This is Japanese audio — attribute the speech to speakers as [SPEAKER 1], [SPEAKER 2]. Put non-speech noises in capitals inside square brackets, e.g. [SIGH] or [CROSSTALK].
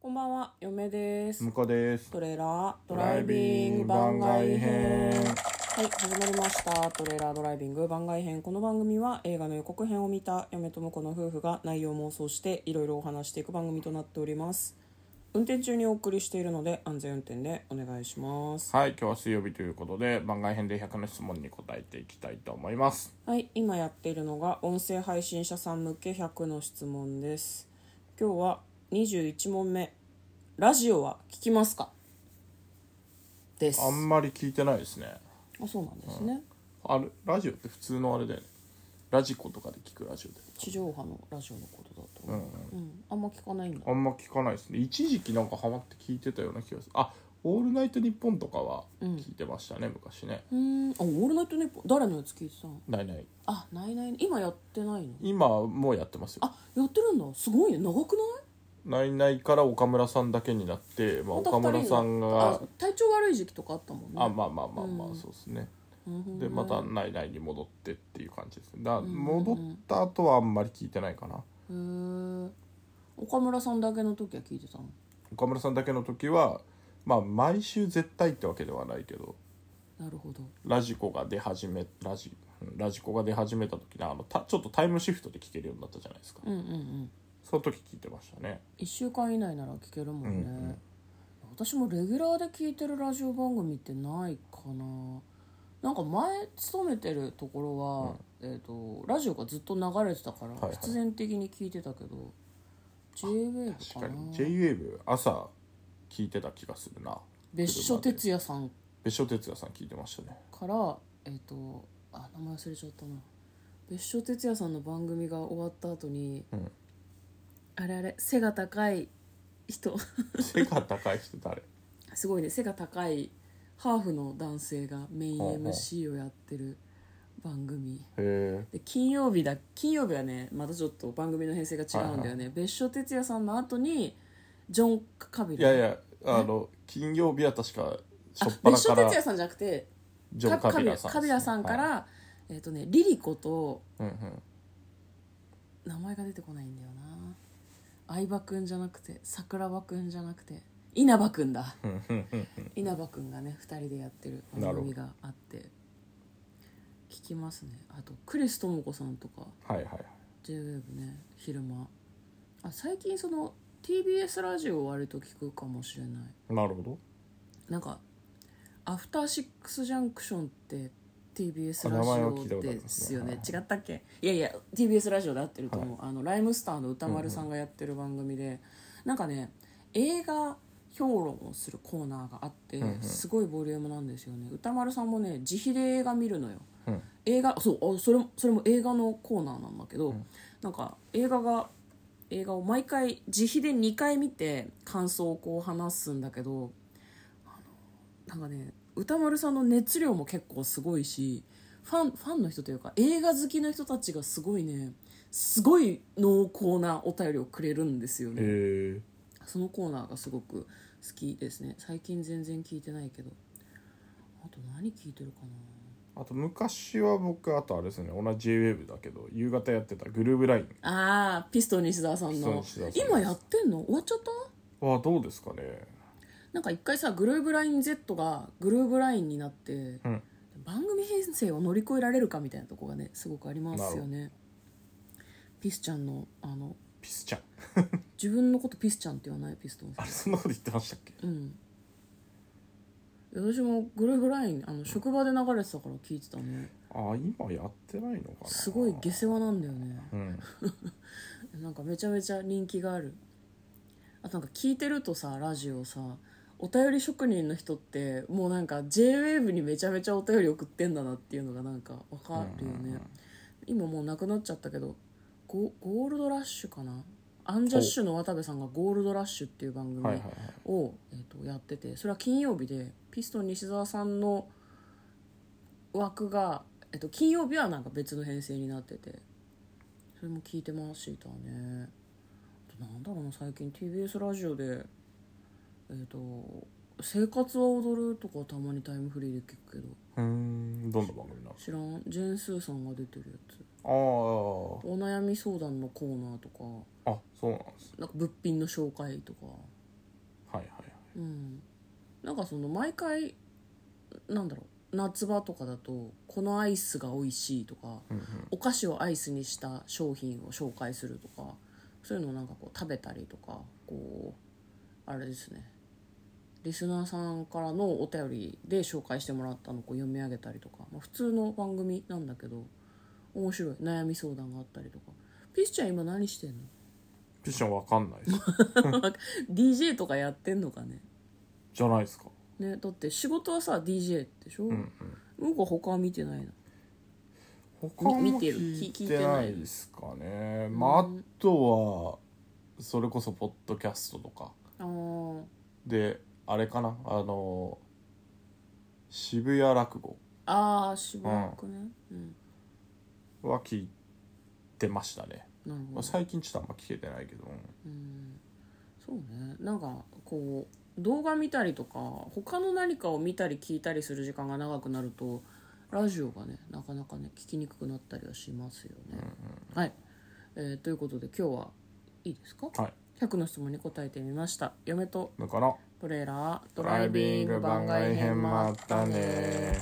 [SPEAKER 1] こんばんは、嫁です
[SPEAKER 2] 向。こうです。
[SPEAKER 1] トレーラードライビング番外編。はい、始まりました。トレーラードライビング番外編。この番組は映画の予告編を見た嫁と婿の夫婦が内容を妄想していろいろお話していく番組となっております。運転中にお送りしているので安全運転でお願いします。
[SPEAKER 2] はい、今日は水曜日ということで、番外編で100の質問に答えていきたいと思います。
[SPEAKER 1] はい、今やっているのが音声配信者さん向け100の質問です。今日は21問目。ラジオは聞きますかです。
[SPEAKER 2] あんまり聞いてないですね。
[SPEAKER 1] あそうなんですね、
[SPEAKER 2] あれ、ラジオって普通のあれだよね。ラジコとかで聞くラジオで。
[SPEAKER 1] 地上波のラジオのことだと、う
[SPEAKER 2] うんん。
[SPEAKER 1] あんま聞かないんだ
[SPEAKER 2] あんま聞かないですね。一時期なんかハマって聞いてたような気がする。あ、オールナイトニッポンとかは聞いてましたね、昔ね。
[SPEAKER 1] うんあ「オールナイトニッポン」誰のやつ聞いてたの
[SPEAKER 2] ないない。
[SPEAKER 1] あないない今やってないの
[SPEAKER 2] 今もうやってますよ。
[SPEAKER 1] あやってるんだすごいね長くない
[SPEAKER 2] ないないから岡村さんだけになって、まあ
[SPEAKER 1] また
[SPEAKER 2] 岡村さんが
[SPEAKER 1] あ、体調悪い時期とかあったもんね
[SPEAKER 2] あ、まあまあまあま
[SPEAKER 1] う
[SPEAKER 2] あ、
[SPEAKER 1] ん
[SPEAKER 2] そうですね。
[SPEAKER 1] うんうん
[SPEAKER 2] でまた内々に戻ってっていう感じですねだ戻った後はあんまり聞いてないかな
[SPEAKER 1] へえ岡村さんだけの時は聞いてたの
[SPEAKER 2] 岡村さんだけの時はまあ毎週絶対ってわけではないけど
[SPEAKER 1] なるほど
[SPEAKER 2] ラジコが出始めラジうんラジコが出始めた時にあのたちょっとタイムシフトで聞けるようになったじゃないですか、
[SPEAKER 1] うんうんうん
[SPEAKER 2] その時聞いてましたね
[SPEAKER 1] 1週間以内なら聞けるもんね、
[SPEAKER 2] うんうん
[SPEAKER 1] 私もレギュラーで聞いてるラジオ番組ってないかななんか前勤めてるところは、えー、とラジオがずっと流れてたから、
[SPEAKER 2] いはい
[SPEAKER 1] 必然的に聞いてたけど JWAVE か
[SPEAKER 2] 確か
[SPEAKER 1] な
[SPEAKER 2] に JWAVE 朝聞いてた気がするな
[SPEAKER 1] 別所哲也さん
[SPEAKER 2] 別所哲也さん聞いてましたね
[SPEAKER 1] からえっ、とあ名前忘れちゃったな別所哲也さんの番組が終わった後に、
[SPEAKER 2] うん
[SPEAKER 1] あれあれ背が高い人
[SPEAKER 2] 背が高い人誰
[SPEAKER 1] すごいね背が高いハーフの男性がメイン
[SPEAKER 2] ほうほう
[SPEAKER 1] MC をやってる番組
[SPEAKER 2] へえ
[SPEAKER 1] で金曜日だ金曜日はねまたちょっと番組の編成が違うんだよね、別所哲也さんの後にジョン・カビ
[SPEAKER 2] い
[SPEAKER 1] ル
[SPEAKER 2] やいやあの金曜日は確か
[SPEAKER 1] あ
[SPEAKER 2] 初っ
[SPEAKER 1] 別所哲
[SPEAKER 2] 端から
[SPEAKER 1] 也さんじゃなくて
[SPEAKER 2] ジョン・カビラさんですね、
[SPEAKER 1] カビラさんから、
[SPEAKER 2] は
[SPEAKER 1] えっ、とねリリコと
[SPEAKER 2] いうんうん、
[SPEAKER 1] 名前が出てこないんだよな相葉くんじゃなくて桜庭くんじゃなくて稲葉くんだ稲葉くんがね2人でやってる番組があって聞きますねあとクリス智子さんとか
[SPEAKER 2] はいはいはい
[SPEAKER 1] JWAVE ね昼間あ最近その TBS ラジオを割と聞くかもしれない
[SPEAKER 2] なるほど
[SPEAKER 1] なんか「アフターシックスジャンクション」って TBS
[SPEAKER 2] あ
[SPEAKER 1] ラ
[SPEAKER 2] 名
[SPEAKER 1] ジ
[SPEAKER 2] 前は
[SPEAKER 1] オ
[SPEAKER 2] 聞いたことあり
[SPEAKER 1] で
[SPEAKER 2] ますす
[SPEAKER 1] よ
[SPEAKER 2] ね
[SPEAKER 1] ね違ったっけいやいや TBS ラジオで合ってると思う、あのライムスターの歌丸さんがやってる番組で、なんかね映画評論をするコーナーがあって、
[SPEAKER 2] んうん
[SPEAKER 1] すごいボリュームなんですよね歌丸さんもね自費で映画見るのよ
[SPEAKER 2] うん
[SPEAKER 1] 映画そうあそれもそれも映画のコーナーなんだけど、
[SPEAKER 2] ん
[SPEAKER 1] なんか映画が映画を毎回自費で2回見て感想をこう話すんだけどあのなんかね歌丸さんの熱量も結構すごいしファンファンの人というか映画好きの人たちがすごいねすごい濃厚なお便りをくれるんですよね。
[SPEAKER 2] へえ
[SPEAKER 1] そのコーナーがすごく好きですね最近全然聞いてないけどあと何聞いてるかな
[SPEAKER 2] あと昔は僕あとあれですね同じ JWAVE だけど夕方やってたグルーブライン
[SPEAKER 1] あーピストン西澤さんの
[SPEAKER 2] ピストン西澤さん
[SPEAKER 1] 今やってんの終わっちゃった
[SPEAKER 2] はどうですかね
[SPEAKER 1] なんか一回さグルーブライン Z がグルーブラインになって
[SPEAKER 2] うん
[SPEAKER 1] 番組編成を乗り越えられるかみたいなとこがねすごくありますよねピスちゃんのあの
[SPEAKER 2] ピスちゃん
[SPEAKER 1] 自分のことピスちゃんって言わないピストンさ
[SPEAKER 2] あ
[SPEAKER 1] ん
[SPEAKER 2] れそんなこと言ってましたっけ
[SPEAKER 1] うん私もグルーブラインあの職場で流れてたから聞いてたね
[SPEAKER 2] あ今やってないのかな
[SPEAKER 1] すごい下世話なんだよね
[SPEAKER 2] うん
[SPEAKER 1] [LAUGHS] なんかめちゃめちゃ人気があるあとなんか聞いてるとさラジオさお便り職人の人ってもうなんか JWAVE にめちゃめちゃお便り送ってんだなっていうのがなんかわかるよね、
[SPEAKER 2] うんうんうん
[SPEAKER 1] 今もうなくなっちゃったけどゴゴールドラッシュかなアンジャッシュの渡部さんが「ゴールドラッシュ」っていう番組を、
[SPEAKER 2] はいはいはい
[SPEAKER 1] えー、とやっててそれは金曜日でピストン西澤さんの枠が、えっと、金曜日はなんか別の編成になっててそれも聞いてましたねあとなんだろうな最近 TBS ラジオでえっ、と「生活は踊る」とかたまにタイムフリーで聞くけど
[SPEAKER 2] うーんどんな番組なんで
[SPEAKER 1] 知
[SPEAKER 2] すか
[SPEAKER 1] らんジェーン・スーさんが出てるやつ
[SPEAKER 2] あー
[SPEAKER 1] お悩み相談のコーナーとか
[SPEAKER 2] あそうなんです
[SPEAKER 1] なんか物品の紹介とかうん、なんかその毎回なんだろう夏場とかだとこのアイスが美味しいとか、
[SPEAKER 2] うんうん
[SPEAKER 1] お菓子をアイスにした商品を紹介するとかそういうのをなんかこう食べたりとかこうあれですねリスナーさんからのお便りで紹介してもらったのをこう読み上げたりとか、まあ、普通の番組なんだけど面白い悩み相談があったりとかピスちゃん今何してんの [LAUGHS]
[SPEAKER 2] ピッションわかんないです
[SPEAKER 1] DJ とかやってんのかね
[SPEAKER 2] じゃないですか
[SPEAKER 1] ねだって仕事はさ DJ でしょ、う
[SPEAKER 2] うん
[SPEAKER 1] ん、
[SPEAKER 2] うん
[SPEAKER 1] 僕は他は見てないな
[SPEAKER 2] 他も
[SPEAKER 1] 見てる
[SPEAKER 2] 聞い
[SPEAKER 1] 聞い
[SPEAKER 2] て
[SPEAKER 1] て
[SPEAKER 2] な
[SPEAKER 1] ないい
[SPEAKER 2] ですかねまああとはそれこそポッドキャストとか
[SPEAKER 1] あー
[SPEAKER 2] であれかなあの渋谷落語
[SPEAKER 1] あーしばらくねうん、
[SPEAKER 2] は聞いてましたね、
[SPEAKER 1] なるほ
[SPEAKER 2] ま
[SPEAKER 1] ど
[SPEAKER 2] あ、最近ちょっとあんま聞けてないけど、
[SPEAKER 1] うんそうねなんかこう動画見たりとか他の何かを見たり聞いたりする時間が長くなるとラジオがねなかなかね聞きにくくなったりはしますよね。はい、えーということで今日はいいですか
[SPEAKER 2] はい
[SPEAKER 1] 100の質問に答えてみました。嫁と
[SPEAKER 2] だから
[SPEAKER 1] トレーラード
[SPEAKER 2] ドライビング番外編もあったね